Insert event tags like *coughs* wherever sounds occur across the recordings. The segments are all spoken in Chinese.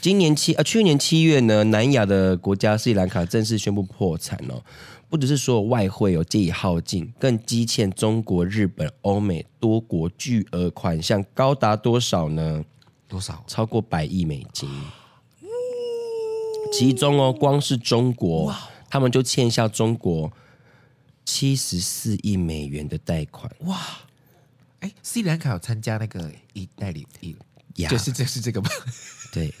今年七呃去年七月呢，南亚的国家斯里兰卡正式宣布破产哦。不只是所有外汇有借以耗尽，更积欠中国、日本、欧美多国巨额款项，高达多少呢？多少？超过百亿美金。其中哦，光是中国，他们就欠下中国七十四亿美元的贷款。哎，斯里兰卡有参加那个一代理一呀就是就是这个吧？对，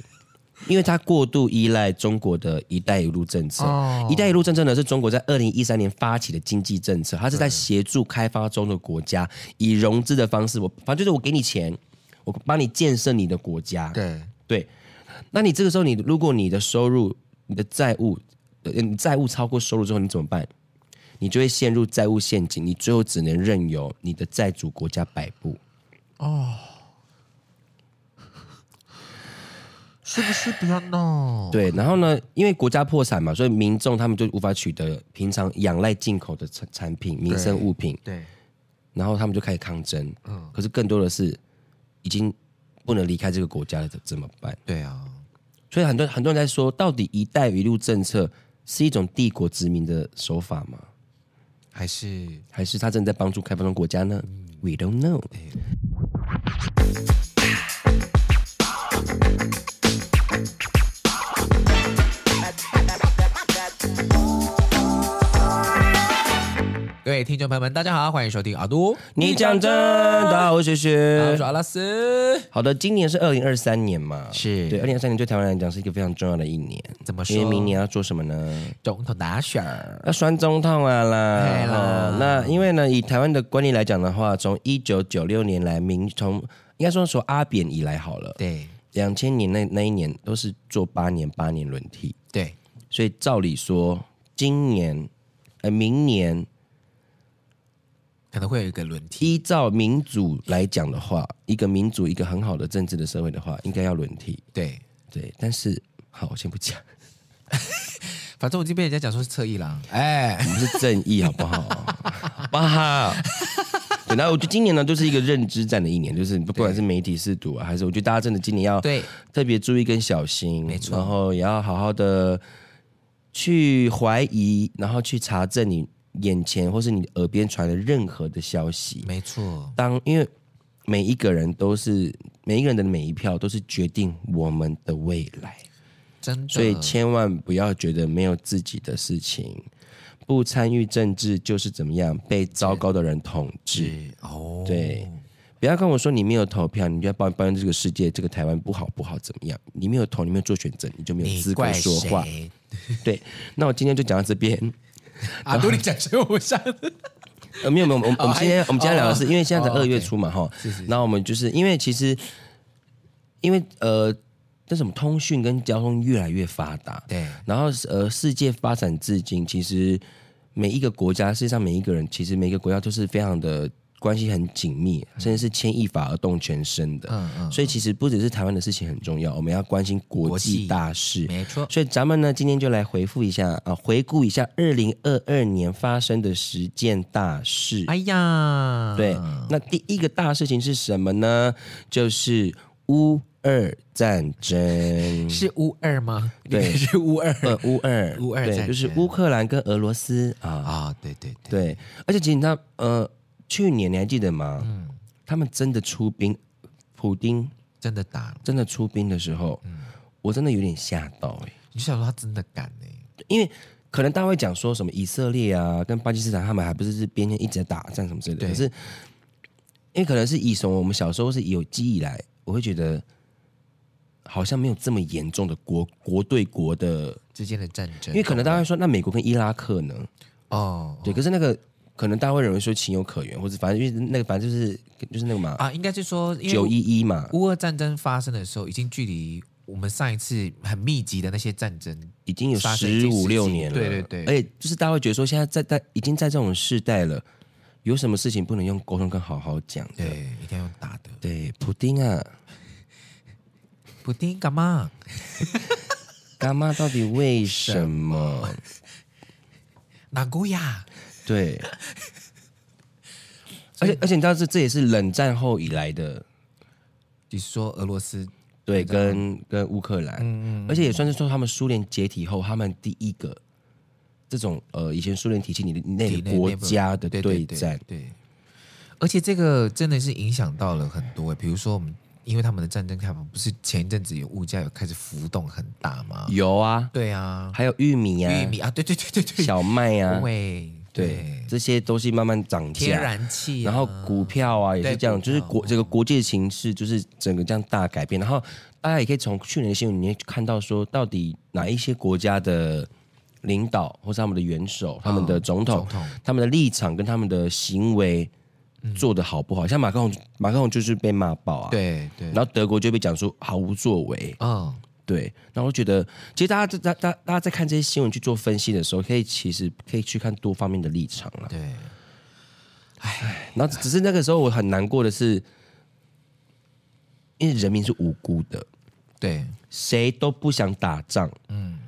因为它过度依赖中国的一带一路政策。哦一带一路政策呢，是中国在二零一三年发起的经济政策，它是在协助开发中的国家以融资的方式，我反正就是我给你钱，我帮你建设你的国家。 *laughs* 对，对，那你这个时候你如果你的收入、你的债务、呃，你债务超过收入之后，你怎么办？你就会陷入债务陷阱，你最后只能任由你的债主国家摆布。是不是不要闹？对，然后呢，因为国家破产嘛，所以民众他们就无法取得平常仰赖进口的产产品、民生物品，对，嗯然后他们就开始抗争。可是更多的是已经不能离开这个国家了，怎怎么办？对啊，所以很多很多人在说，到底“一带一路”政策是一种帝国殖民的手法吗？还是还是他正在帮助开发中国家呢？We don't know。各位听众朋友们，大家好，欢迎收听阿都，你讲真，大家好，我是雪我雪是。阿拉斯，好的，今年是二零二三年嘛，是对，二零二三年对台湾来讲是一个非常重要的一年。怎么因为说？明年要做什么呢？总统大选儿，要选总统啊啦，嘿啦哦那因为呢，以台湾的惯例来讲的话，从一九九六年来民从应该说从阿扁以来好了，对两千年那那一年都是做八年八年轮替，对，所以照理说，今年呃明年可能会有一个轮替，依照民主来讲的话，一个民主一个很好的政治的社会的话，应该要轮替。对，对，但是好，我先不讲，反正我已经被人家讲说是侧翼啦，哎，我们是正义，好不好？ *laughs* 好不好？对，然后我觉得今年呢，就是一个认知战的一年，就是不不管是媒体试读啊，还是我觉得大家真的今年要对，特别注意跟小心，没错然后也要好好的去怀疑，然后去查证你眼前或是你耳边传的任何的消息。没错，当因为每一个人都是每一个人的每一票都是决定我们的未来，真所以的，千万不要觉得没有自己的事情，不参与政治就是怎么样被糟糕的人统治。是哦，对，不要跟我说你没有投票，你就要抱抱怨这个世界这个台湾不好不好怎么样？你没有投，你没有做选择，你就没有你资格怪说谁话。？对，那我今天就讲到这边。阿啊都，你讲谁？*laughs* 我想呃，没有没 *laughs* 有，我们我们今天我们今天聊的是，因为现在才哎哦二，OK 月初嘛，哈，然后我们就是因为其实，因为呃，那什么通讯跟交通越来越发达，对然后呃，世界发展至今，其实每一个国家，世界上每一个人，其实每个国家都是非常的关系很紧密，甚至是牵一发而动全身的。嗯嗯所以其实不只是台湾的事情很重要，我们要关心国国际际大事。没错，所以咱们呢，今天就来回复一下啊、回顾一下二零二二年发生的十件大事。哎呀，。对，那第一个大事情是什么呢？就是乌二战争是乌二吗？对 *laughs* 是乌二呃，乌二，乌二对，战就是争乌克兰跟俄罗斯啊，啊，对对对，对，而且其实你知道，呃，去年你还记得吗？嗯他们真的出兵，普丁真的打了，真的出兵的时候，嗯我真的有点吓到哎、你就想说他真的敢呢？因为可能大家会讲说什么以色列啊，跟巴基斯坦他们还不是是边境一直在打仗什么之类的，对可是因为可能是以什么我们小时候是有记忆以来，我会觉得好像没有这么严重的国国对国的，之间的战争因为，可能大家会说那美国跟伊拉克呢？哦对，可是那个可能大家会认为说情有可原，或者反正因为那个反正就是就是那个嘛啊，应该是说，因九为一一嘛，乌二战争发生的时候，已经距离我们上一次很密集的那些战争，已经有杀十神五经六事情年了，对对对而且就是大家会觉得说现在在在已经在这种世代了，有什么事情不能用沟通跟好好讲的？对，一定要用打的。对，普丁啊，普丁干嘛？干妈到底为什么？哪姑呀？ *laughs* 对，而且而且你知道这这也是冷战后以来的，你说俄罗斯对，跟跟乌克兰，嗯嗯，而且也算是说他们苏联解体后，他们第一个这种呃以前苏联体系里内体的内国内部家的对对战，对对，而且这个真的是影响到了很多、欸，比如说我们因为他们的战争开放，不是前一阵子有物价有开始浮动很大吗？有啊，对啊，还有玉米啊、嗯玉米啊，对对对对对，小麦啊， *laughs* 对对，这些东西慢慢涨天价。然气啊、然后股票啊也是对这样，股就是票国这个国际形势就是整个这样大改变。然后大家也可以从去年的新闻里面看到，说到底哪一些国家的领导或是他们的元首、他们的总统啊嗯总、统他们的立场跟他们的行为做的好不好？像马克龙，马克龙就是被骂爆啊，，嗯对对，然后德国就被讲说毫无作为，嗯，对，然后我觉得其实大家在大大大家在看这些新闻去做分析的时候，可以其实可以去看多方面的立场啦。对，然后只是那个时候我很难过的是，因为人民是无辜的，对，谁都不想打仗。嗯，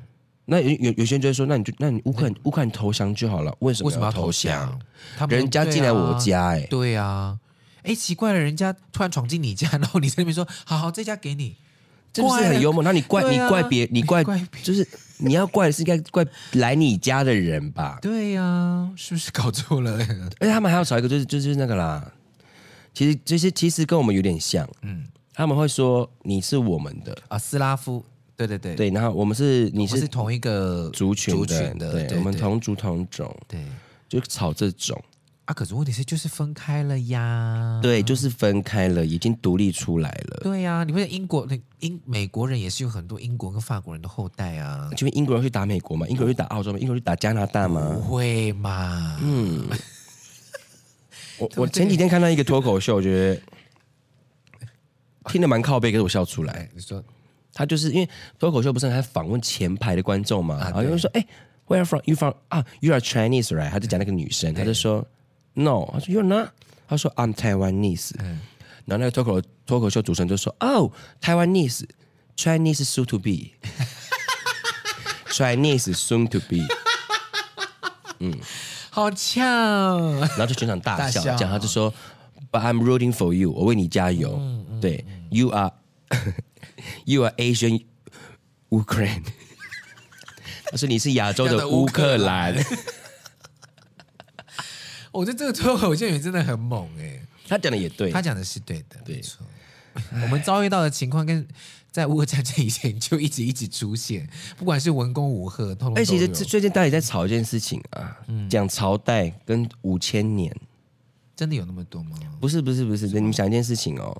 那有有有些人就会说，那你就那你乌克兰乌克兰投降就好了，为什么为什么要投降？降？他们啊人家进来我，家、欸，哎、对啊对啊，哎，奇怪了，人家突然闯进你家，然后你在那边说，好好，这家给你，这不是怪了很幽默？那你怪、对你啊怪别你怪怪别就是你要怪的是应该怪来你家的人吧？对呀、是不是搞错了？而且他们还要吵一个，就是就是那个啦。其实这些其实跟我们有点像，嗯，他们会说你是我们的，啊，斯拉夫，对对对，对，然后我们是你我们是是同一个族群的，族群的，对，对我们对同族同种，对就吵这种，啊，可是问题是就是分开了呀，对，就是分开了，已经独立出来了。嗯对啊呀、你不是英国那英美国人也是有很多英国跟法国人的后代啊，请问英国人去打美国吗？英国人去打澳洲吗？英国人去打加拿大不吗？会嘛？嗯，我我前几天看到一个脱口秀，我觉得听得蛮靠背，可是我笑出来。你说他就是因为脱口秀不是还访问前排的观众嘛，然后就对说：“哎、w h e r e from you from 啊、y o u are Chinese right？” 他就讲那个女生，他就说：“No，他说 You're not。”他说：“I'm Taiwanese。然后那个脱口脱口秀主持人就说：“Oh, Taiwanese, Chinese soon to be, Chinese soon to be。” 好呛， *laughs* 然后就全场大笑，大笑这样他就说：“But I'm rooting for you，我为你加油。嗯对，You are *laughs* you are Asian Ukraine。他说你是亚洲亚的的乌乌克克兰兰，我觉得这个脱口秀演员真的很猛哎、他讲的也对他。讲的是对的，没错。 *laughs* 我们遭遇到的情况跟在乌俄战争以前就一直一直出现，不管是文攻武赫，通通哎，都其有嗯实。最近大家也在吵一件事情啊，讲朝代跟五千年，真的有那么多吗？不是不是不是，你们想一件事情哦，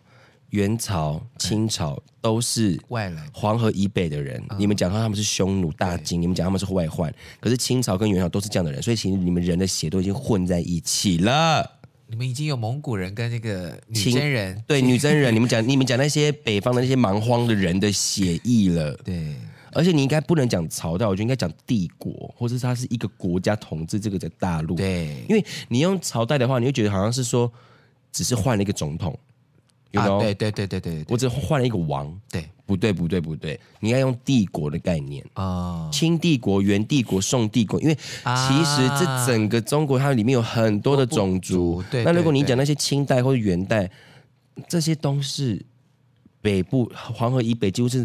元朝、清朝都是外来黄河以北的人，啊你们讲说他们是匈奴、大金，你们讲他们是外患，可是清朝跟元朝都是这样的人，所以其实你们人的血都已经混在一起了。你们已经有蒙古人跟那个女亲真人，对，女真人，你们 *laughs* 讲你们讲那些北方的那些蛮荒的人的血裔了，对而且你应该不能讲朝代，我觉得应该讲帝国，或者是它是一个国家统治这个的大陆。，对因为你用朝代的话，你会觉得好像是说只是换了一个总统，有没啊，有？对对对对对对我只换了一个王，对不对不对不对，你要用帝国的概念。啊，清帝国、元帝国、宋帝国，因为其实这整个中国它里面有很多的种族多部。族对那如果对你对讲那些清代或者元代，这些都是北部黄河以北几乎是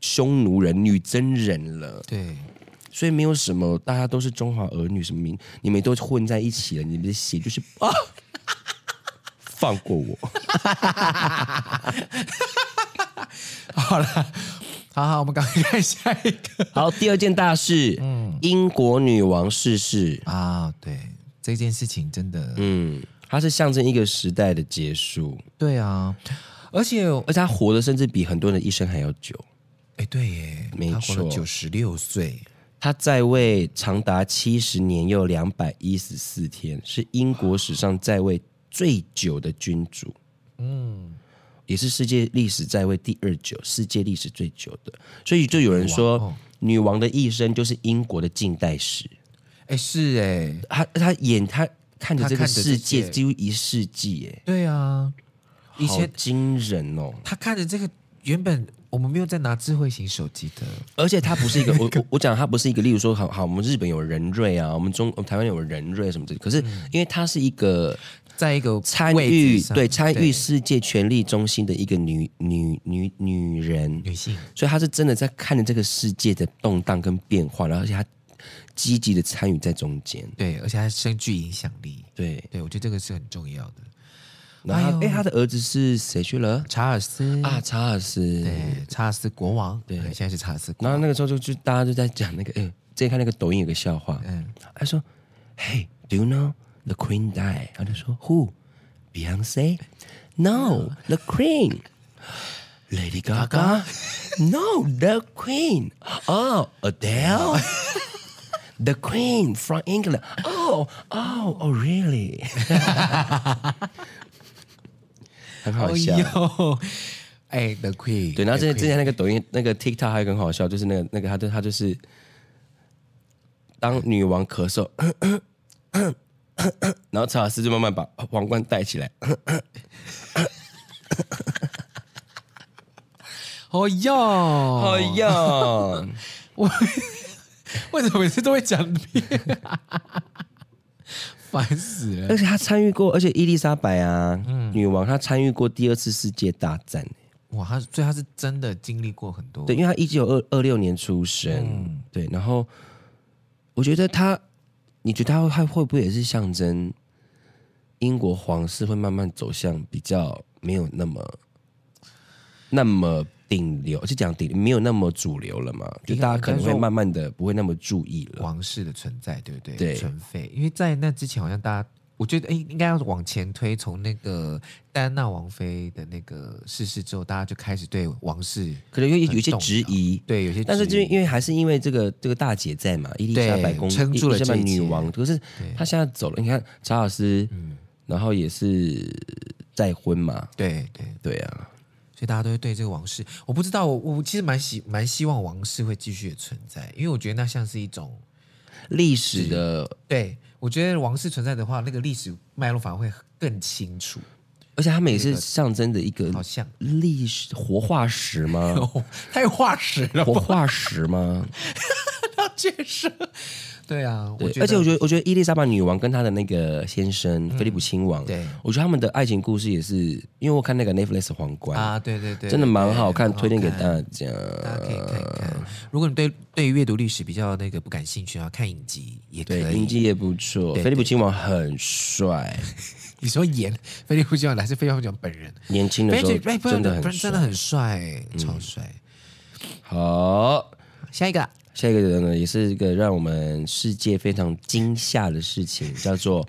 匈奴人、女真人了，对。所以没有什么大家都是中华儿女什么民，你们都混在一起了，你们的血 *laughs* 就是啊，放过我。好了，好好，我们赶快看下一个好，第二件大事，嗯英国女王逝世， *laughs* 啊。对，这件事情真的，嗯，它是象征一个时代的结束。对啊，而且，而且他活的甚至比很多人的一生还要久。哎，对耶，没他活了错九十六岁，他在位长达七十年又两百一十四天，是英国史上在位最久的君主，嗯，也是世界历史在位第二久，世界历史最久的。所以就有人说，女王哦的一生就是英国的近代史。哎，是哎，她她眼她看着这个她看世着这界些几乎一世纪，耶，对啊，以好前惊人哦！他看着这个，原本我们没有在拿智慧型手机的，而且它不 *laughs* 是一个，我我我讲它不是一个，例如说，好好，我们日本有人瑞啊，我们中我们台湾有人瑞什么之类的，可是因为它是一个在一个参嗯位置与上对参与世界权力中心的一个女女女女人，女性，所以她是真的在看着这个世界的动荡跟变化，然后而且她积极的参与在中间。对，而且还深具影响力。对，对，我觉得这个是很重要的。然后哎哎，呦嗯她的儿子是谁去了？查尔斯啊，，查尔斯。对，查尔斯国王，嗯对，现在是查尔斯国然后王。那个时候就就大家就在讲那个，哎、之前看那个抖音有个笑话，嗯，他说，Hey, do you know the Queen died？他就说，Who? Beyonce? No, the Queen. Lady Gaga? No, the Queen. Oh, Adele. The Queen from England. Oh, oh, oh, really? *laughs* 很好笑。哦呦， *laughs* 哎，The Queen，对，然后之 The 前之前那个抖音那个 TikTok 还有一个很好笑，就是那个那个他就他就是当女王咳嗽， *coughs* 然后查尔斯就慢慢把皇冠戴起来， Queen 哦哟，哎呀，我 *laughs* 为什么每次都会讲偏？ *laughs* 烦死了！而且他参与过，而且伊丽莎白啊，女王她参与过第二次世界大战， *laughs* 哇，他所以他是真的经历过很多，对，，因为她一九二二六年出生，嗯对，然后我觉得她，你觉得她会她会不会也是象征英国皇室会慢慢走向比较没有那么那么顶流，就讲顶没有那么主流了嘛？就应该大家可能应该会说慢慢的不会那么注意了。王室的存在，对不对？对存废，因为在那之前好像大家。我觉得，哎，应该要往前推，从那个戴安娜王妃的那个逝世之后，大家就开始对王室，可能有有一些很动质疑，对有些质疑，但是就是因为还是因为这个这个大姐在嘛，伊丽莎白公对撑住了伊丽莎白这一切女王，可是她现在走了，你看查尔斯，嗯然后也是再婚嘛，对对，对啊，所以大家都会对这个王室，我不知道，我我其实蛮希蛮希望王室会继续的存在，因为我觉得那像是一种，历史的，对我觉得王室存在的话，那个历史脉络反而会更清楚，而且他们也是象征着一个 *laughs* 好像历史活化石 *laughs* 吗？哦，太化石 *laughs* 了，活化石吗？确实，对啊， *laughs* 我对觉，得，嗯而且我觉得，我觉得伊丽莎白女王跟她的那个先生菲利普亲王，对我觉得他们的爱情故事也是，因为我看那个 Netflix 皇冠，啊，对对对，真的蛮好看，对推荐呃给大家。大家可以看一看。如果你对对于阅读历史比较那个不感兴趣的话，看影集也可对，以演。技也不错，对菲利普亲王很帅，你说演菲利普·金还是菲利普·金本人？年轻的菲时利候普·真的不很然真帅。嗯的很帅欸，超帅。好，下一个，下一个人呢，也是一个让我们世界非常惊吓的事情，叫做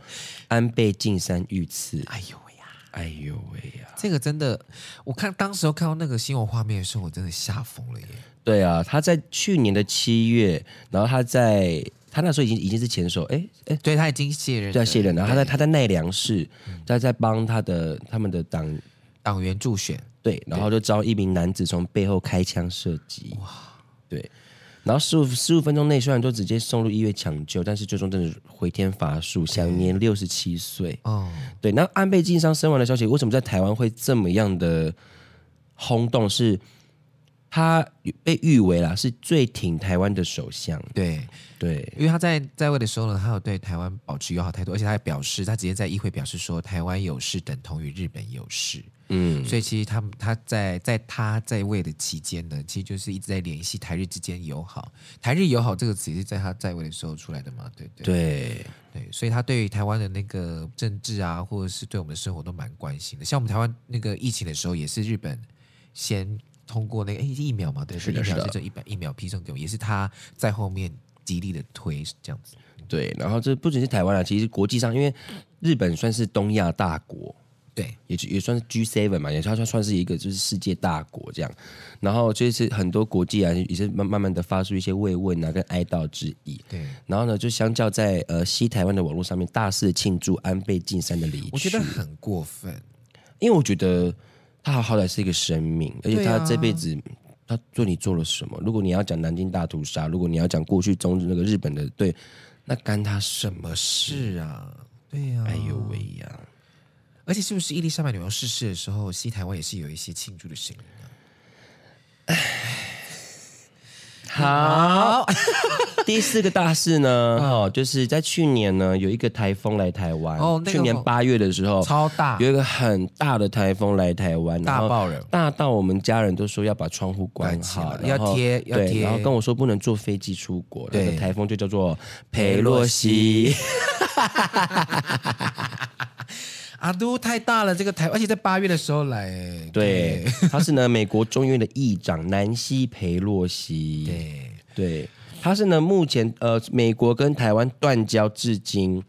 安倍晋三遇刺。哎呦喂呀，哎呦喂呀、这个真的，我看当时候看到那个新闻画面的时候，我真的吓疯了耶！对啊，他在去年的七月，然后他在他那时候已经已经是前手，哎哎，对他已经卸任对啊，了，卸任了。然后他在他在奈良市，他在帮他的他们的党党员助选，对，然后就遭一名男子从背后开枪射击。哇！对，然后十五十五分钟内虽然都直接送入医院抢救，但是最终真的回天乏术，享年六十七岁。哦，对，那安倍晋三身亡的消息，为什么在台湾会这么样的轰动？是他被誉为啦是最挺台湾的首相。对，对，因为他在在位的时候呢，他有对台湾保持友好态度，而且他还表示，他直接在议会表示说，台湾有事等同于日本有事。嗯，所以其实他们他在在他在位的期间呢，其实就是一直在联系台日之间友好。台日友好这个词也是在他在位的时候出来的嘛，对对对，对，所以他对于台湾的那个政治啊，或者是对我们的生活都蛮关心的。像我们台湾那个疫情的时候，也是日本先通过那个诶疫苗嘛，对，是的疫苗是的这一百疫苗批送给我们，也是他在后面极力的推这样子。对，然后这不只是台湾啦，其实国际上，因为日本算是东亚大国，对，也就也算是 G seven 嘛，也算算算是一个就是世界大国这样。然后就是很多国际啊，也是慢慢慢的发出一些慰问啊跟哀悼之意。对，然后呢，就相较在呃西台湾的网络上面大肆庆祝安倍晋三的离去，我觉得很过分。因为我觉得他好歹是一个生命，而且对啊他这辈子、他对你做了什么？如果你要讲南京大屠杀，如果你要讲过去中那个日本的对，那干他什么事？是啊，对呀、哎呦喂呀！而且是不是伊丽莎白女王逝世的时候，西台湾也是有一些庆祝的声音啊？好， *laughs* 第四个大事呢，嗯哦，就是在去年呢，有一个台风来台湾，哦那个去年八月的时候，超大哦有一个哦很大的台风来台湾，然后大爆人大到我们家人都说要把窗户关好关，起来然后要贴要对贴然后跟我说不能坐飞机出国，对那个台风就叫做佩洛西，阿都太大了，这个台，而且在八月的时候来，哎对，他是呢美国众议院的议长南希佩洛西，对，对，它是呢，目前呃，美国跟台湾断交至今，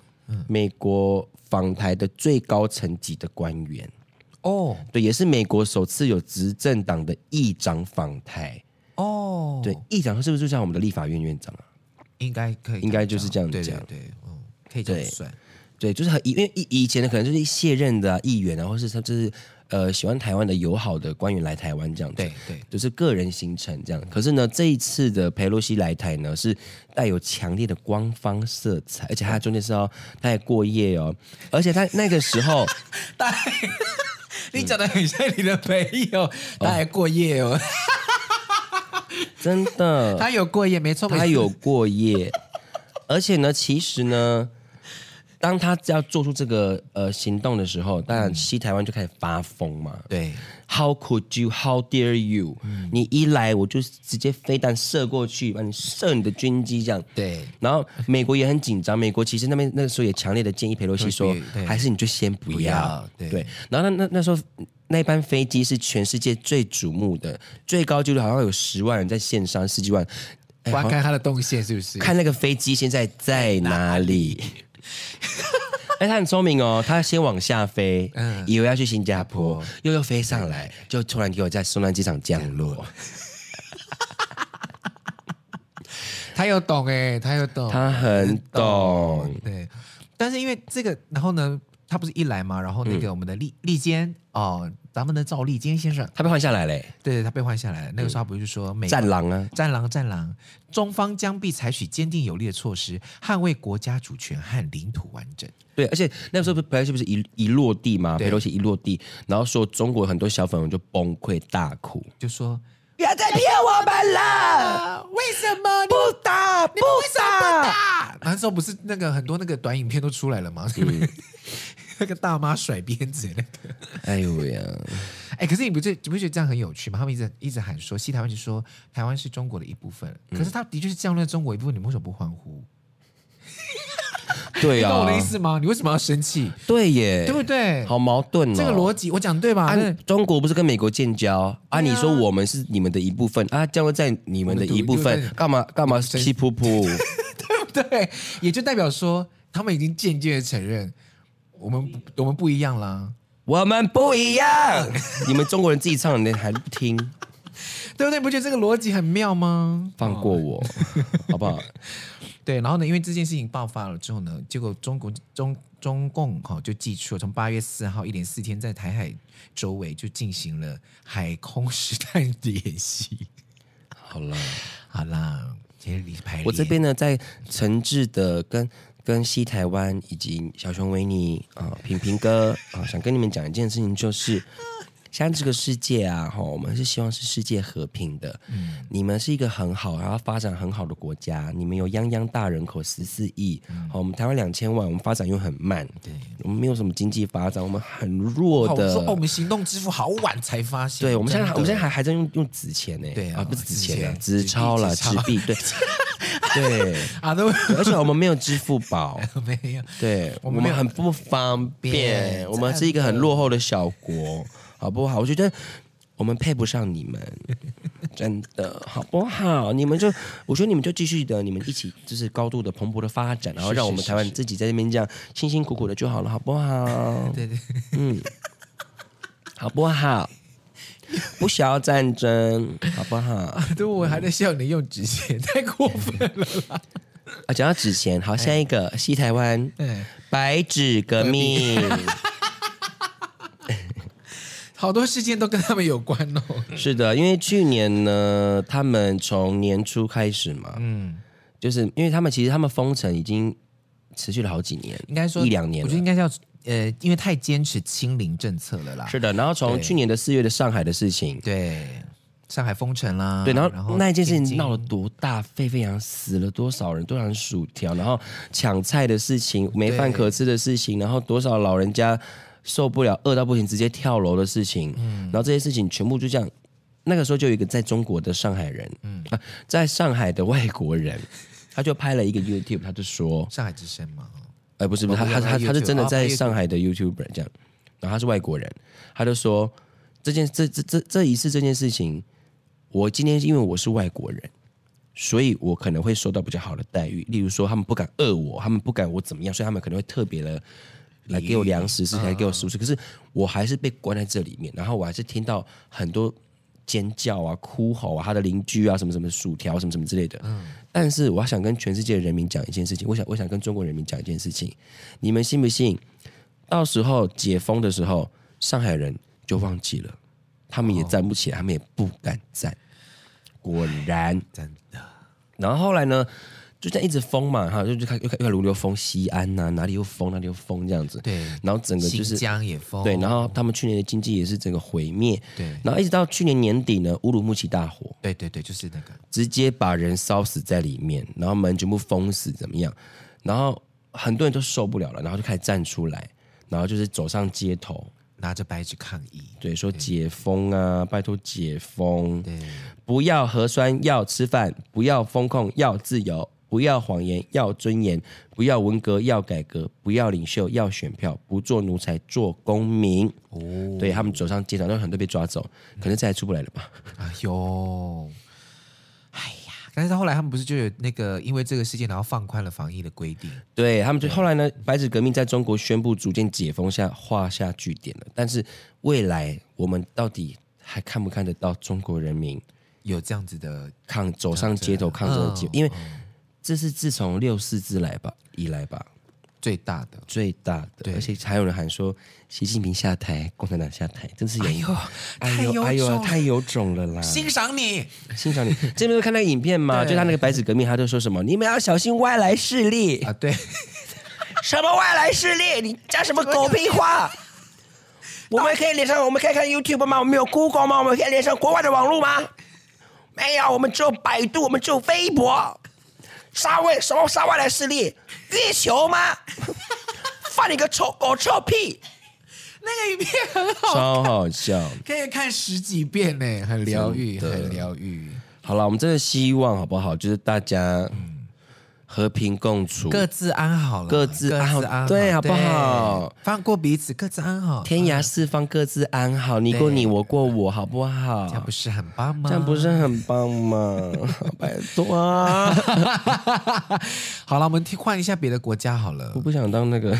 美国访台的最高层级的官员，哦对，也是美国首次有执政党的议长访台。哦，对，，议长是不是就像我们的立法院院长啊？应该可以这样讲，应该就是这样对对讲对，嗯，可以这样对算，对，就是很因为以以前的可能就是卸任的、啊、议员啊，或是他就是呃喜欢台湾的友好的官员来台湾这样子。对对，就是个人行程这样，可是呢，这一次的佩洛西来台呢，是带有强烈的官方色彩，而且他中间是要他也过夜哦，而且他那个时候， *laughs* 大概你讲的很像你的朋友，他还过夜哦，真的，他有过夜，没错，没错他有过夜，而且呢，其实呢，当他要做出这个呃行动的时候，当然西台湾就开始发疯嘛。对 How could you? How dare you? 你一来我就直接飞弹射过去，把你射你的军机这样。对然后美国也很紧张，美国其实那边那个时候也强烈的建议佩洛西说对对，还是你就先不要。不要对然后那那那时候那班飞机是全世界最瞩目的，最高纪录好像有十万人在线上，十几万。哎挖好开他的动线是不是？看那个飞机现在在哪里？哎，他很聪明哦，他先往下飞，以为要去新加坡，又又飞上来，就突然给我在松山机场降落。他有懂哎，他有懂，他很懂，对，但是因为这个，然后呢，他不是一来嘛，然后那个我们的利利坚哦，咱们的赵利坚先生，他被换下来嘞，对，他被换下来了。那个时候他不是说美战狼啊！战狼战狼，中方将必采取坚定有力的措施，捍卫国家主权和领土完整。对，而且那时候佩洛西不是一一落地嘛，对佩洛西一落地，然后说中国很多小粉红就崩溃大哭，就说不要再骗我们了，为什么你不打不打。打？那时候不是那个很多那个短影片都出来了吗？ *laughs* 那个大妈甩鞭子那个，哎呦呀，哎、可是你不觉你不觉得这样很有趣吗？他们一直一直喊说西台湾就说台湾是中国的一部分，嗯可是他的确是降落在中国一部分，你们为什么不欢呼？对你懂啊我的意，思吗？你为什么要生气？对耶，对不对？好矛盾哦。这个逻辑我讲对吧？啊那，中国不是跟美国建交啊？你说我们是你们的一部分啊，降落在你们的一部我们分的，干嘛干嘛气噗噗？ *laughs* 对，也就代表说他们已经渐渐的承认我们不我们不一样啦，我们不一样，你们中国人自己唱，你还不听？对不对？你不觉得这个逻辑很妙吗？放过我，好不好？对，然后呢，因为这件事情爆发了之后呢，结果中国中中共哈、就寄出了，从八月四号一连四天在台海周围就进行了海空实弹的演习。 *laughs* 好了，好啦，今天礼拜我这边呢，在诚挚的跟跟西台湾以及小熊维尼啊、平平哥啊、想跟你们讲一件事情，就是。现在这个世界啊，哈，我们是希望是世界和平的。嗯你们是一个很好，然后发展很好的国家，你们有泱泱大人口十四亿，嗯好、我们台湾两千万，我们发展又很慢，对，我们没有什么经济发展，我们很弱好我的。说哦，我们行动支付好晚才发现，对，我们现在真我的们现在还还在用用纸钱呢，对啊不是纸纸钱啊，钱纸纸币钞啦，纸纸钞币，对，对。啊都 *laughs* 对而且我们没有支付宝，没有。对我们很不方便便，我们是一个很落后的小国，好不好？我觉得我们配不上你们， *laughs* 真的好不好？你们就，我觉得你们就继续的，你们一起就是高度的蓬勃的发展，然后是让我们是台湾自己在那边这样辛辛苦苦的就好了，好不好？对 *laughs* 对，好不好？不需要战争，好啊不好？对，我还在笑你用纸钱，太过分了啦！啊，讲到纸钱，好，下一个西台湾对，白纸革命，好多事件都跟他们有关哦。是的，因为去年呢，他们从年初开始嘛，嗯，就是因为他们其实他们封城已经持续了好几年， *laughs* 应该说一两年我了觉得。应该叫呃，因为太坚持清零政策了啦。是的，然后从去年的四月的上海的事情，对，上海封城啦，对，然后啊然后那一件事天情津闹了多大，沸沸扬扬，死了多少人，多少人薯条，然后抢菜的事情，没饭可吃的事情，然后多少老人家受不了，饿到不行，直接跳楼的事情，嗯然后这些事情全部就这样。那个时候就有一个在中国的上海人，嗯、啊，在上海的外国人，他就拍了一个 YouTube，他就说，上海之声嘛，哦哎，不是不是，他哦不是他他他他是 YouTube，真的哦他在 YouTube 上海的 YouTuber 这样，然后他是外国人，他就说这件这这这这一次这件事情，我今天因为我是外国人，所以我可能会受到比较好的待遇，例如说他们不敢饿我，他们不敢我怎么样，所以他们可能会特别的来给我粮食，是来给我食物吃，可是我还是被关在这里面，然后我还是听到很多尖叫啊、哭吼啊，他的邻居啊什么什么薯条什么什么之类的。但是我想跟全世界的人民讲一件事情，我想我想跟中国人民讲一件事情，你们信不信？到时候解封的时候，上海人就忘记了，他们也站不起来，他们也不敢站。果然，真的然后后来呢，就这样一直封嘛，哈，就就开又开又开始轮流封西安呐、哪里又封哪里又封这样子。对，然后整个就新是疆也封，对，然后他们去年的经济也是整个毁灭，对然后一直到去年年底呢，乌鲁木齐大火，对对对，就是那个直接把人烧死在里面，然后门全部封死，怎么样？然后很多人都受不了了，然后就开始站出来，然后就是走上街头，拿着白纸抗议，对，说解封啊，拜托解封，嗯对，不要核酸，要吃饭，不要风控，要自由。不要谎言，要尊严；不要文革，要改革；不要领袖，要选票；不做奴才，做公民。哦，对他们走上街头，然后很多被抓走，可能再也出不来了吧？哎呦，哎呀！但是到后来他们不是就有那个因为这个事件，然后放宽了防疫的规定，对他们就后来呢，白纸革命在中国宣布逐渐解封下画下句点了。但是未来我们到底还看不看得到中国人民有这样子的抗走上街头抗争的机会？嗯因为这是自从六四之来吧以来吧最大的。最大的，对而且还有人喊说习近平下台，共产党下台，真是有哎呦，哎太呦有哎种呦了太有种了啦！欣赏你，欣赏你，这边有看那个影片嘛？对就他那个白纸革命，他就说什么你们要小心外来势力啊，对，什么外来势力？你讲什么狗屁 *laughs* 话？我们可以连上，我们可以看 YouTube 吗？我们有 Google 吗？我们可以连上国外的网络吗？没有，我们只有百度，我们只有微博。杀外什么杀外来势力？月球 *laughs* 吗？放你个臭狗臭屁！ *laughs* 那个影片很好，超好笑。可以看十几遍呢，很疗愈，真的很疗愈。好了，我们真的希望好不好？就是大家和平共处，各自安好了，各自安好各对啊好不好？对放过彼此，各自安好，天啊涯四方各自安好，你过你，我过我，好不这样好不？是很棒吗？这样不是很棒吗？ *laughs* 拜托啊！ *laughs* 好了，我们替换一下别的国家好了 *laughs* 我。不想当那个，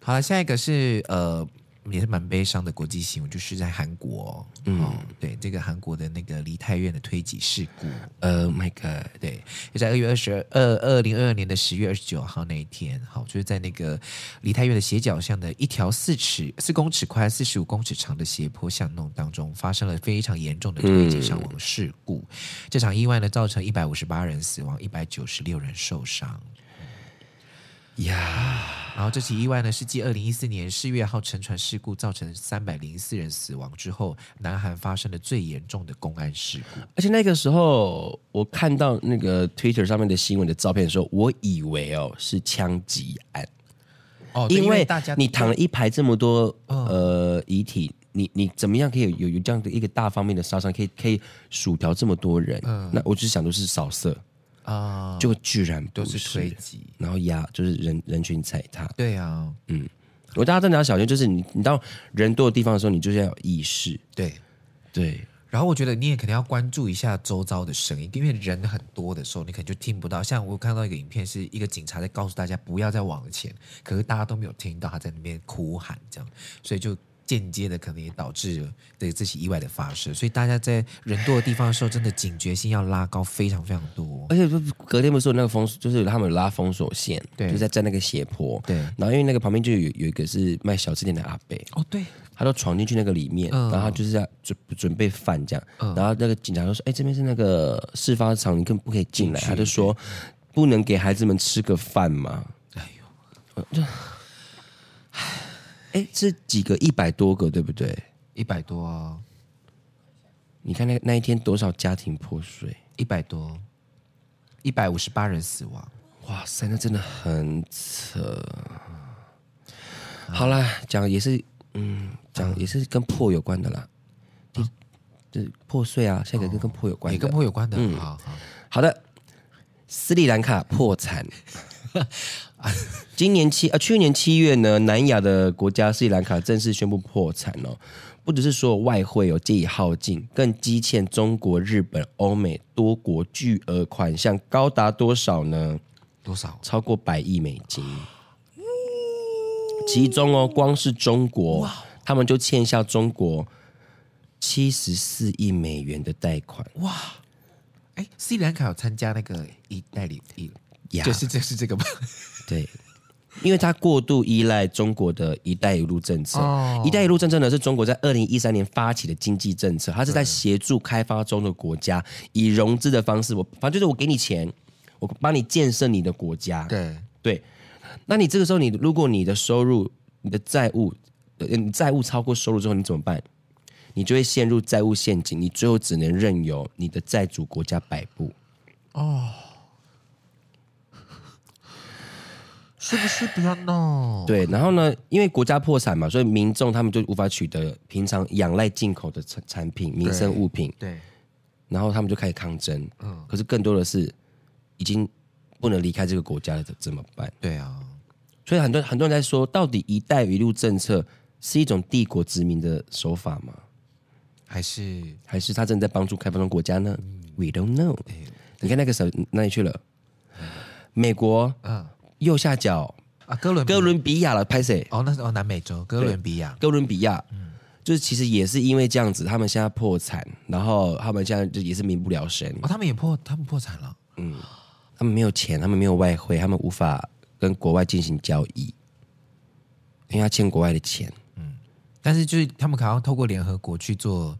好了，下一个是呃，也是蛮悲伤的国际新闻，就是在韩国，嗯、对，这个韩国的那个梨泰院的推挤事故，呃、m y God，对，就在二月二十二二零二二年的十月二十九号那一天，好，就是在那个梨泰院的斜角巷的一条四尺四公尺宽、四十五公尺长的斜坡巷弄当中，发生了非常严重的推挤伤亡事故。这场意外呢，造成一百五十八人死亡，一百九十六人受伤。呀，然后这起意外呢，是继二零一四年四月号沉船事故造成三百零四人死亡之后，南韩发生的最严重的公安事故。而且那个时候我看到那个 Twitter 上面的新闻的照片的时候，我以为哦是枪击案，哦因为大家你躺了一排这么多呃遗体，你你怎么样可以有有这样的一个大方面的杀伤，可以可以薯条这么多人？那我只想都是扫射，啊，就居然都不是哦推是，挤。然后压就是人人群踩踏，对啊，我大家真的要小心，就是你你到人多的地方的时候，你就是要有意识。对。对，然后我觉得你也可能要关注一下周遭的声音，因为人很多的时候，你可能就听不到。像我看到一个影片，是一个警察在告诉大家不要再往前，可是大家都没有听到他在那边哭喊这样，所以就间接的可能也导致了对这起意外的发生。所以大家在人多的地方的时候，真的警觉性要拉高非常非常多。而且不隔天不是有那个封，就是他们有拉封锁线，对就在在那个斜坡。对然后因为那个旁边就有有一个是卖小吃店的阿伯，哦，对，他都闯进去那个里面，嗯然后他就是要准准备饭这样，然后那个警察就说：“哎，这边是那个事发场，你根本不可以进来。”他就说：“不能给孩子们吃个饭吗？”哎呦，哎，这几个一百多个对不对？一百多、哦，你看那那一天多少家庭破碎，一百多，一百五十八人死亡。哇塞，那真的很扯。好啦，讲也是，嗯，讲也是跟破有关的啦，就就是破碎啊，下一个跟跟破有关也的跟。破有关的，好好好的，斯里兰卡破产。今年七呃，去年七月呢，南亚的国家斯里兰卡正式宣布破产哦。不只是所有外汇有借以耗尽，更积欠中国、日本、欧美多国巨额款项，高达多少呢？多少？超过百亿美金。其中哦，光是中国，哦他们就欠下中国七十四亿美元的贷款。哎，斯里兰卡有参加那个一代理一，呀就是就是这个吧？对，因为它过度依赖中国的一带一路政策。哦一带一路政策呢，是中国在二零一三年发起的经济政策，它是在协助开发中的国家以融资的方式，我反正就是我给你钱，我帮你建设你的国家。 *laughs* 对，对，那你这个时候你如果你的收入、你的债务，呃，你债务超过收入之后，你怎么办？你就会陷入债务陷阱，你最后只能任由你的债主国家摆布。是不是不要闹？对，然后呢，因为国家破产嘛，所以民众他们就无法取得平常仰赖进口的产产品、民生物品，对，然后他们就开始抗争。可是更多的是已经不能离开这个国家了，怎怎么办？对啊，所以很多很多人在说，到底“一带一路”政策是一种帝国殖民的手法吗？还是还是他正在帮助开发中国家呢？We don't know。你看那个手哪里去了？美国嗯右下角，啊，哥伦比哥伦比亚了，拍谁？哦，那是哦南美洲哥伦比亚，哥伦比亚，嗯就是其实也是因为这样子，他们现在破产，然后他们现在就也是民不聊生，哦，他们也破，他们破产了。他们没有钱，他们没有外汇，他们无法跟国外进行交易，因为他欠国外的钱。但是就是他们好像透过联合国去做，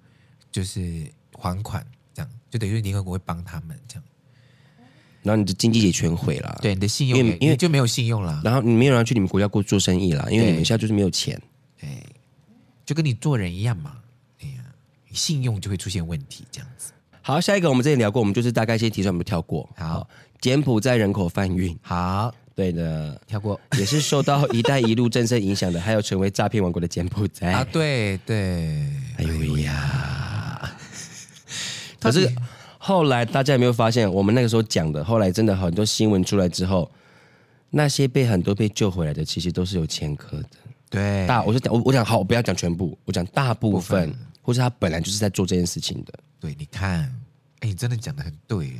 就是还款这样，就等于联合国会帮他们这样。然后你的经济也全毁了，，对，你的信用因为也因为你就没有信用啦，然后你没有人要去你们国家过做生意啦，因为对你们现在就是没有钱。就跟你做人一样嘛。哎呀，你信用就会出现问题这样子。好，下一个我们之前聊过，我们就是大概先提出来，我们跳过。好，柬埔寨人口贩运，好，对的，跳过也是受到“一带一路”政策影响的，还有成为诈骗王国的柬埔寨。啊，对对，哎呦喂呀！ *laughs* 可是后来大家有没有发现，我们那个时候讲的，后来真的很多新闻出来之后，那些被很多被救回来的，其实都是有前科的。对大，我就讲，我我讲好，我不要讲全部，我讲大部分，或是他本来就是在做这件事情的。对，你看，哎，你真的讲的很对耶，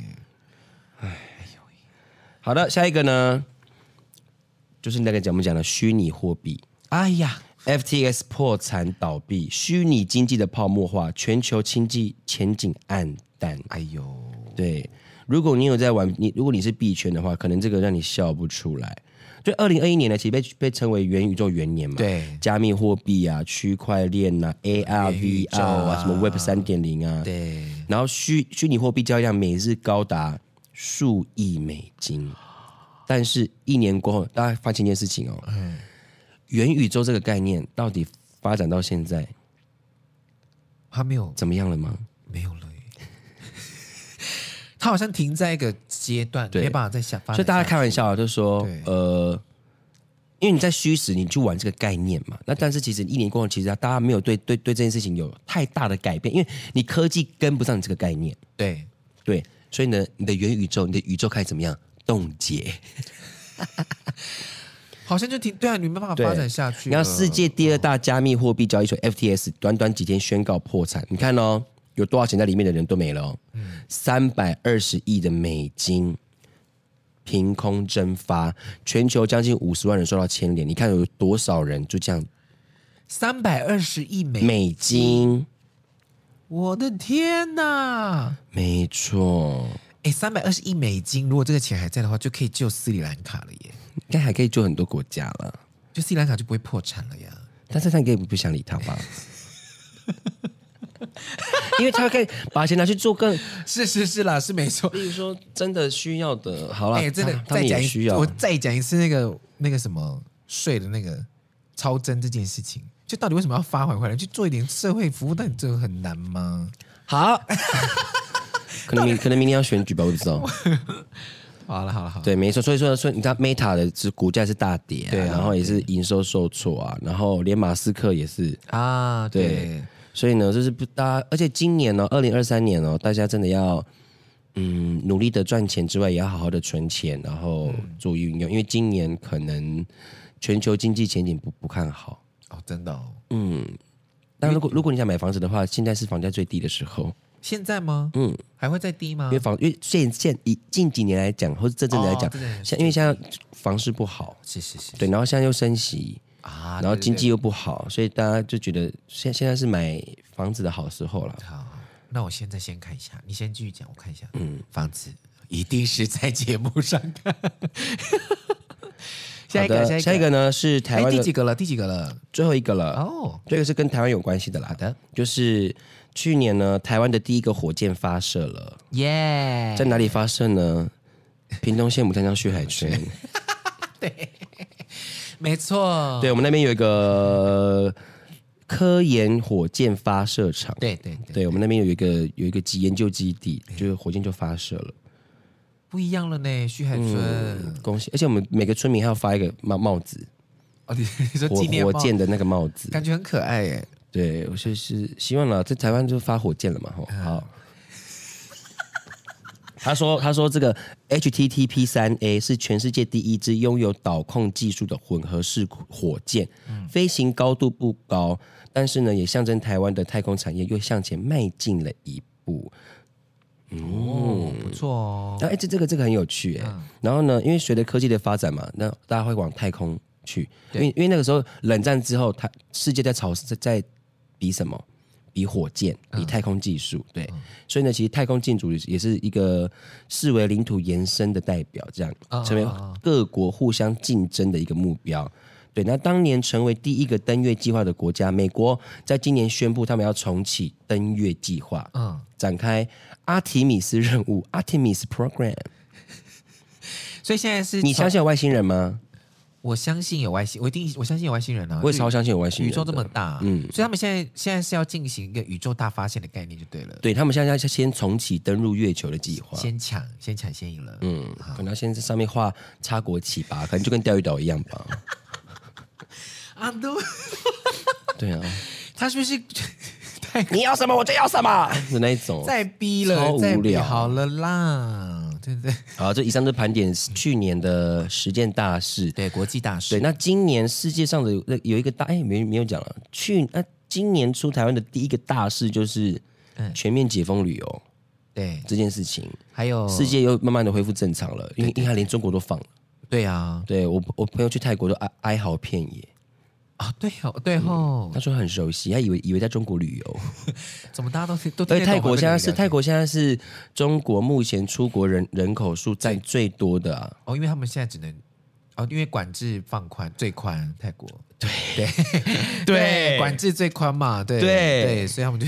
好的，下一个呢，就是那个讲我们讲的虚拟货币。哎呀， FTX 破产倒闭，虚拟经济的泡沫化，全球经济前景暗淡。哎呦，对，如果你有在玩，你如果你是币圈的话，可能这个让你笑不出来。就二零二一年呢，其实被被称为元宇宙元年嘛，，对加密货币啊、区块链啊呐、AR、宇宙 VR 啊啊、什么 Web 三点零啊，对，然后虚虚拟货币交易量每日高达数亿美金，但是一年过后，大家发现一件事情哦，嗯元宇宙这个概念到底发展到现在他没有怎么样了吗？没有了耶。 *laughs* 他好像停在一个阶段，对没办法再下发展下去。所以大家开玩笑啊，就说对呃，因为你在虚实，你去玩这个概念嘛。那但是其实一年过后，其实大家没有对对对这件事情有太大的改变，因为你科技跟不上你这个概念，对，对，所以呢，你的元宇宙，你的宇宙开始怎么样冻结？好像就停，对啊，你没办法发展下去你了。看世界第二大加密货币交易所 FTS，短短几天宣告破产，你看哦，有多少钱在里面的人都没了、哦，三百二十亿的美金。凭空蒸发，全球将近五十万人受到牵连。你看有多少人就这样三百二十亿美，美金？我的天哪！没错，哎，三百二十亿美金，如果这个钱还在的话，就可以救斯里兰卡了耶，应该还可以救很多国家了，就斯里兰卡就不会破产了呀。但是他应该不想理他吧？ *laughs* 因为他可以把钱拿去做更，是是是啦，是没错。比如说真的需要的。好了，哎，真的他，他再们讲也一需次，要。我再讲一次那个那个什么税的那个超征这件事情，就到底为什么要发还回来？就做一点社会服务，但这很难吗？好， *laughs* 可能明可能明天要选举吧，我也不知道。好了好了好了，对，没错，所以说，所以你看 Meta 的是股价是大跌、啊，对啊然后也是营收受挫啊，然后连马斯克也是，啊，对对，所以呢，就是不大家，而且今年呢、哦，二零二三年哦，大家真的要嗯努力的赚钱之外，也要好好的存钱，然后嗯做运用，因为今年可能全球经济前景不不看好。哦，真的哦，嗯但如嗯果如果你想买房子的话，现在是房价最低的时候，现在吗？嗯，还会再低吗因为？房因为现现以近几年来讲，或是这阵子来讲哦这阵子来，像、因为现在房市不好，是是是对，然后现在又升息，啊，然后对对经济又不好，所以大家就觉得现现在是买房子的好时候了。对好，那我现在先看一下，你先继续讲，我看一下，嗯，房子一定是在节目上看。下好一个，的，下下一一个个，呢是台哎，湾第的几个了？第几个了？最后一个了，哦，这个是跟台湾有关系的啦。好的，就是去年呢，台湾的第一个火箭发射了，耶，在哪里发射呢？屏东县牡丹江旭海村，没错，对我们那边有一个科研火箭发射场，对对对，对我们那边有一个有一个基研究基地，嗯就是火箭就发射了。不一样了呢，旭海村。恭喜！而且我们每个村民还要发一个帽帽子，哦，你 *laughs* 你说火纪念火帽箭的那个帽子。感觉很可爱耶。对，我就是希望了，在台湾就发火箭了嘛，吼，嗯好。 *laughs* 他说：“他说这个 HTTP 三 A 是全世界第一支拥有导控技术的混合式火箭，嗯飞行高度不高，但是呢，也象征台湾的太空产业又向前迈进了一步。嗯哦，不错哦。嗯啊，哎、这这个这个很有趣哎、然后呢，因为随着科技的发展嘛，那大家会往太空去，因为因为那个时候冷战之后，它世界在吵在在比什么？比火箭，嗯比太空技术，对，所以呢，其实太空建筑也是一个视为领土延伸的代表，这样啊成为啊啊各国互相竞争的一个目标。对，那当年成为第一个登月计划的国家，美国在今年宣布他们要重启登月计划，嗯，展开阿提米斯任务 *laughs* （Artemis Program）。所以现在是嗯你从相信有外星人吗？我相信有外星，我一定我相信有外星人啊！我也超相信有外星宇人。宙这么，大，嗯，所以他们现在现在是要进行一个宇宙大发现的概念就对了，对他们现在要先重启登陆月球的计划。先抢先抢先赢了，嗯，可能要先在上面画插国旗吧，可能就跟钓鱼岛一样 *laughs* 吧。啊都，对啊， *laughs* 他是不 *laughs* 是太你要什么我就要什 *laughs* 么的那一种。再逼了，超无再逼聊啊好了啦，对不对？好，这以上就盘点去年的十件大事。对，国际大对，事，那今年世界上的有有一个大哎，没没有讲了。去那今年出台湾的第一个大事就是全面解封旅游对，这件事情。还有世界又慢慢的恢复正常了，因为因为它连中国都放了。对啊，对我，我朋友去泰国都哀哀嚎遍野，啊对哦对哦，他说很熟悉，他以为以为在中国旅游。怎么大家都都而且听得呃泰懂国会现跟在你是聊泰国现在是中国目前出国人人口数占最多的、 *laughs* 啊，哦，因为他们现在只能哦，因为管制放宽最宽，泰国对 *laughs* 对对管制最宽嘛，对对对，所以他们就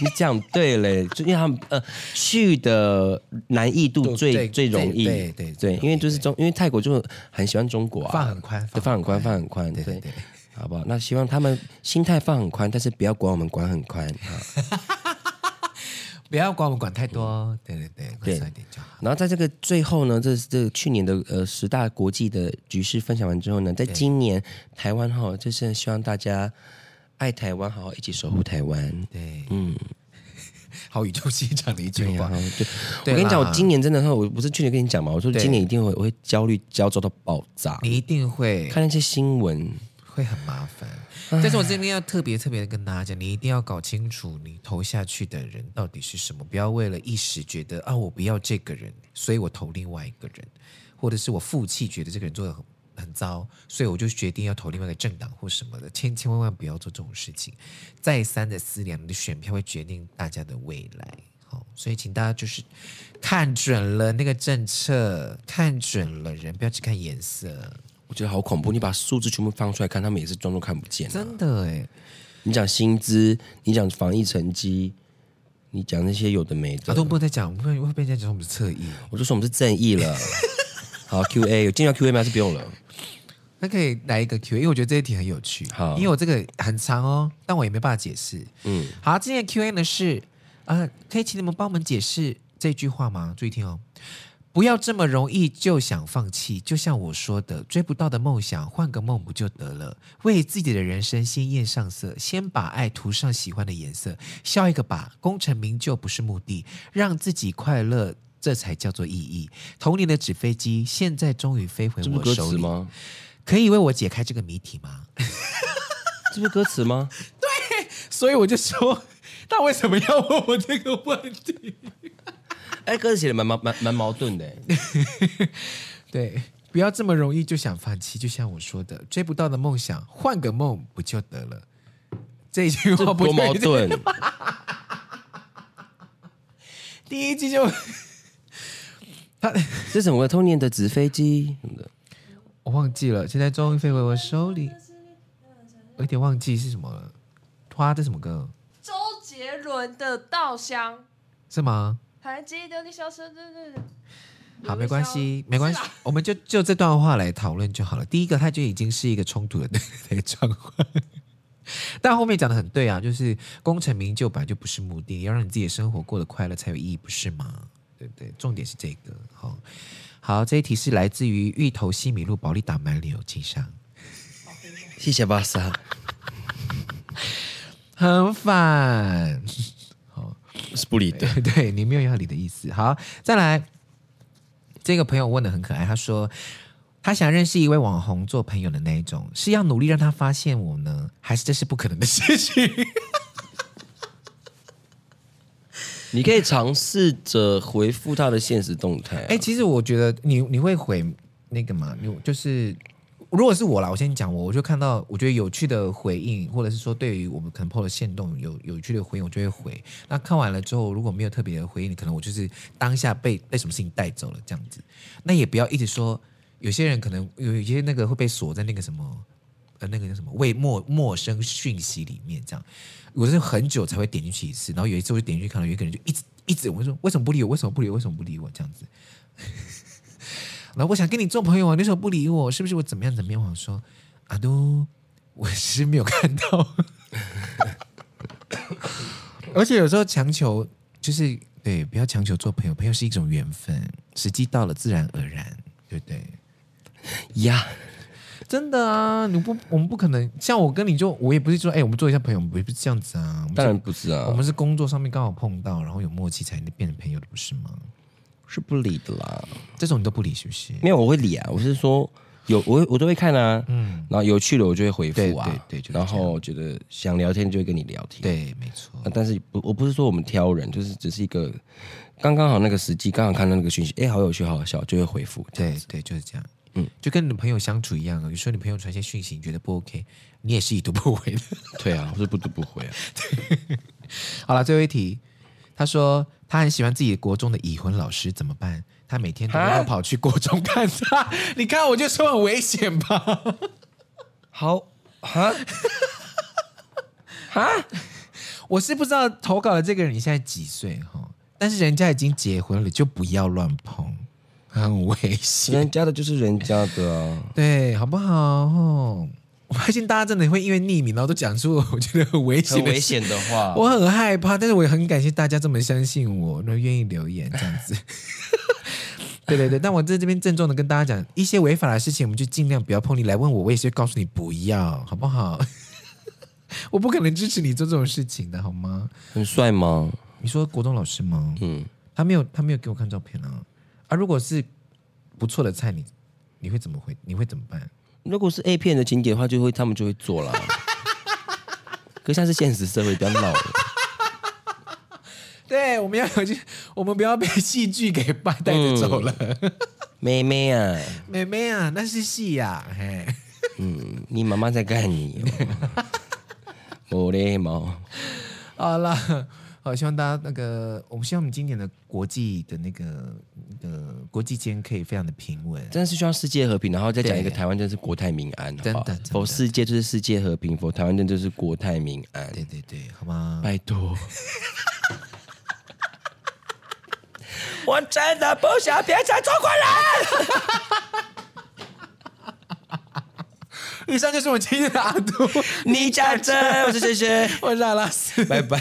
你讲对嘞，就因为他们呃去的难易度最对最容易，对对对最容易因为就是中，因为泰国就很喜欢中国啊，放很宽对，放很宽，放很宽，对对对对，好不好？那希望他们心态放很宽，但是不要管我们管很宽啊。不要管我们管太多，对对对，宽松一点就好。然后在这个最后呢，这这去年的呃十大国际的局势分享完之后呢，在今年台湾哈，就是希望大家爱台湾，好好一起守护台湾。对，嗯， *laughs* 好宇宙心长的一句然话后，就对我跟你讲，啦我今年真的哈，我不是去年跟你讲嘛，我说对今年一定会我会焦虑焦躁到爆炸，你一定会看那些新闻，会很麻烦。但是我这边要特别特别的跟大家讲，你一定要搞清楚你投下去的人到底是什么，不要为了一时觉得啊我不要这个人，所以我投另外一个人，或者是我负气觉得这个人做的很很糟，所以我就决定要投另外一个政党或什么的，千千万万不要做这种事情。再三的思量，你的选票会决定大家的未来。好，所以请大家就是看准了那个政策，看准了人，不要只看颜色，我觉得好嗯恐怖。你把数字全部放出来看，他们也是装作看不见、啊。真的哎。你讲薪资，你讲防疫成绩，你讲那些有的没的啊，，都不能再讲，不然会被人家讲我们是侧翼。我就说我们是正义 *laughs* 了。好，Q&A 有进入 Q&A 吗？还是不用了？那可以来一个 Q，因为我觉得这一题很有趣。好因为我这个很长哦，但我也没办法解释。嗯，好，今天的 Q A 呢是呃，可以请你们帮我们解释这句话吗？注意听哦，不要这么容易就想放弃。就像我说的，追不到的梦想，换个梦不就得了？为自己的人生鲜艳上色，先把爱涂上喜欢的颜色，笑一个吧。功成名就不是目的，让自己快乐。这才叫做意义。童年的纸飞机，现在终于飞回这不是歌我手词里。吗？可以为我解开这个谜题吗？这不是歌词吗？ *laughs* 所以我就说， *laughs* 他为什么要问我这个问题？ *laughs* 哎，歌词写的蛮蛮蛮蛮矛盾 *laughs* 的。 *laughs* 对，不要这么容易就想放弃。就像我说的，追不到的梦想，换个梦不就得了？这一句话这不多就矛。盾！ *laughs* *laughs* 第一句就 *laughs* 他， *laughs* 这什么童年的纸飞机什么的，我忘记了，现在终于飞回我手里。我有点忘记是什么了。花这什么歌？周杰伦的《稻香》，是吗？还记得你小时候对对对。好，有没个关小系，没关系是吧，我们就就这段话来讨论就好了。第一个，它就已经是一个冲突的 *laughs* 的状况，但后面讲的很对啊，就是功成名就本来就不是目的，要让你自己的生活过得快乐才有意义，不是吗？对不对，重点是这个。好，好，这一题是来自于芋头西米露保利达满柳记上，谢谢巴萨。很反。是不理的。 *laughs* 对你没有要理的意思。好，再来，这个朋友问的很可爱，他说他想认识一位网红做朋友的那一种，是要努力让他发现我呢，还是这是不可能的事情？你可以尝试着回复他的现实动态、啊。哎、其实我觉得你你会回那个嘛，你就是。如果是我啦，我先讲我，我就看到我觉得有趣的回应，或者是说对于我们可能 PO 的线动有有趣的回应，我就会回。那看完了之后，如果没有特别的回应，可能我就是当下被被什么事情带走了这样子。那也不要一直说，有些人可能有有些那个会被锁在那个什么呃那个叫什么未陌陌生讯息里面这样。我是很久才会点进去一次，然后有一次我就点进去看到有一个人就一直一直我就说为什么不理我，为什么不理我，为什么不理我这样子。然后我想跟你做朋友啊，你为什么不理我？是不是我怎么样怎么样？我想说，阿都，我是没有看到。而且有时候强求就是对，不要强求做朋友，朋友是一种缘分，时机到了自然而然，对不对？呀，真的啊，你不，我们不可能像我跟你就，我也不是说，哎、我们做一下朋友，我们不是这样子啊。我们是当然不是啊，我们是工作上面刚好碰到，然后有默契才变成朋友的，不是吗？是不理的啦。这种你都不理，是不是？没有，我会理啊。我是说，有我会我都会看啊。嗯，然后有趣的我就会回复啊。对对对就是这然样后觉得想聊天就会跟你聊天。对，没错啊。但是不，我不是说我们挑人，就是只是一个刚刚好那个时机，刚好看到那个讯息，哎，好有趣，好好笑，就会回复。对对，就是这样。嗯，就跟你朋友相处一样啊。有时候你朋友传些讯息，你觉得不 OK，你也是已读不回的。 *laughs* 对啊，我是不得不回啊。好了，最后一题，他说他很喜欢自己国中的已婚老师，怎么办？他每天都啊要跑去国中看他。 *laughs* 你看，我就说很危险吧。 *laughs* 好哈哈， *laughs* 我是不知道投稿的这个人你现在几岁哈，但是人家已经结婚了，就不要乱碰，很危险。人家的就是人家的 *laughs* 啊。 *laughs* 对，好不好？哦， *laughs* 我发现大家真的会因为匿名，然后都讲出我觉得很危险很的事危险的话，我很害怕，但是我也很感谢大家这么相信我，那愿意留言这 *laughs* 样子。对对对，但我在这边郑重的跟大家讲，一些违法的事情我们就尽量不要碰。你来问我，我也是会告诉你不要，好不好？ *laughs* 我不可能支持你做这种事情的，好吗？很帅吗？你说国栋老师吗？嗯，他没有，他没有给我看照片啊。啊，如果是不错的菜，你你会怎么回？你会怎么办？如果是 A 片的情节的话，就会他们就会做啦。可像是现实社会，不要闹了。对，我们要回去，我们不要被戏剧给带带着走了。妹妹啊，嗯妹妹啊，那是戏呀、嘿。嗯，你妈妈在干你哦。 *laughs* 我嘞毛，好啦， *laughs* 好，希望大家那个，我们希望我们今年的国际的那个那个国际间可以非常的平稳。真的是希望世界和平，然后再讲一个对台湾，真是国泰民安。真的好不好真的否世界就是世界和平，否台湾真就是国泰民安。对对对，好吗？拜 *laughs* 托，我真的不想变成中国人。以上就是我们今天的阿杜， *laughs* 你讲真，我是轩轩，我是阿拉斯，拜拜。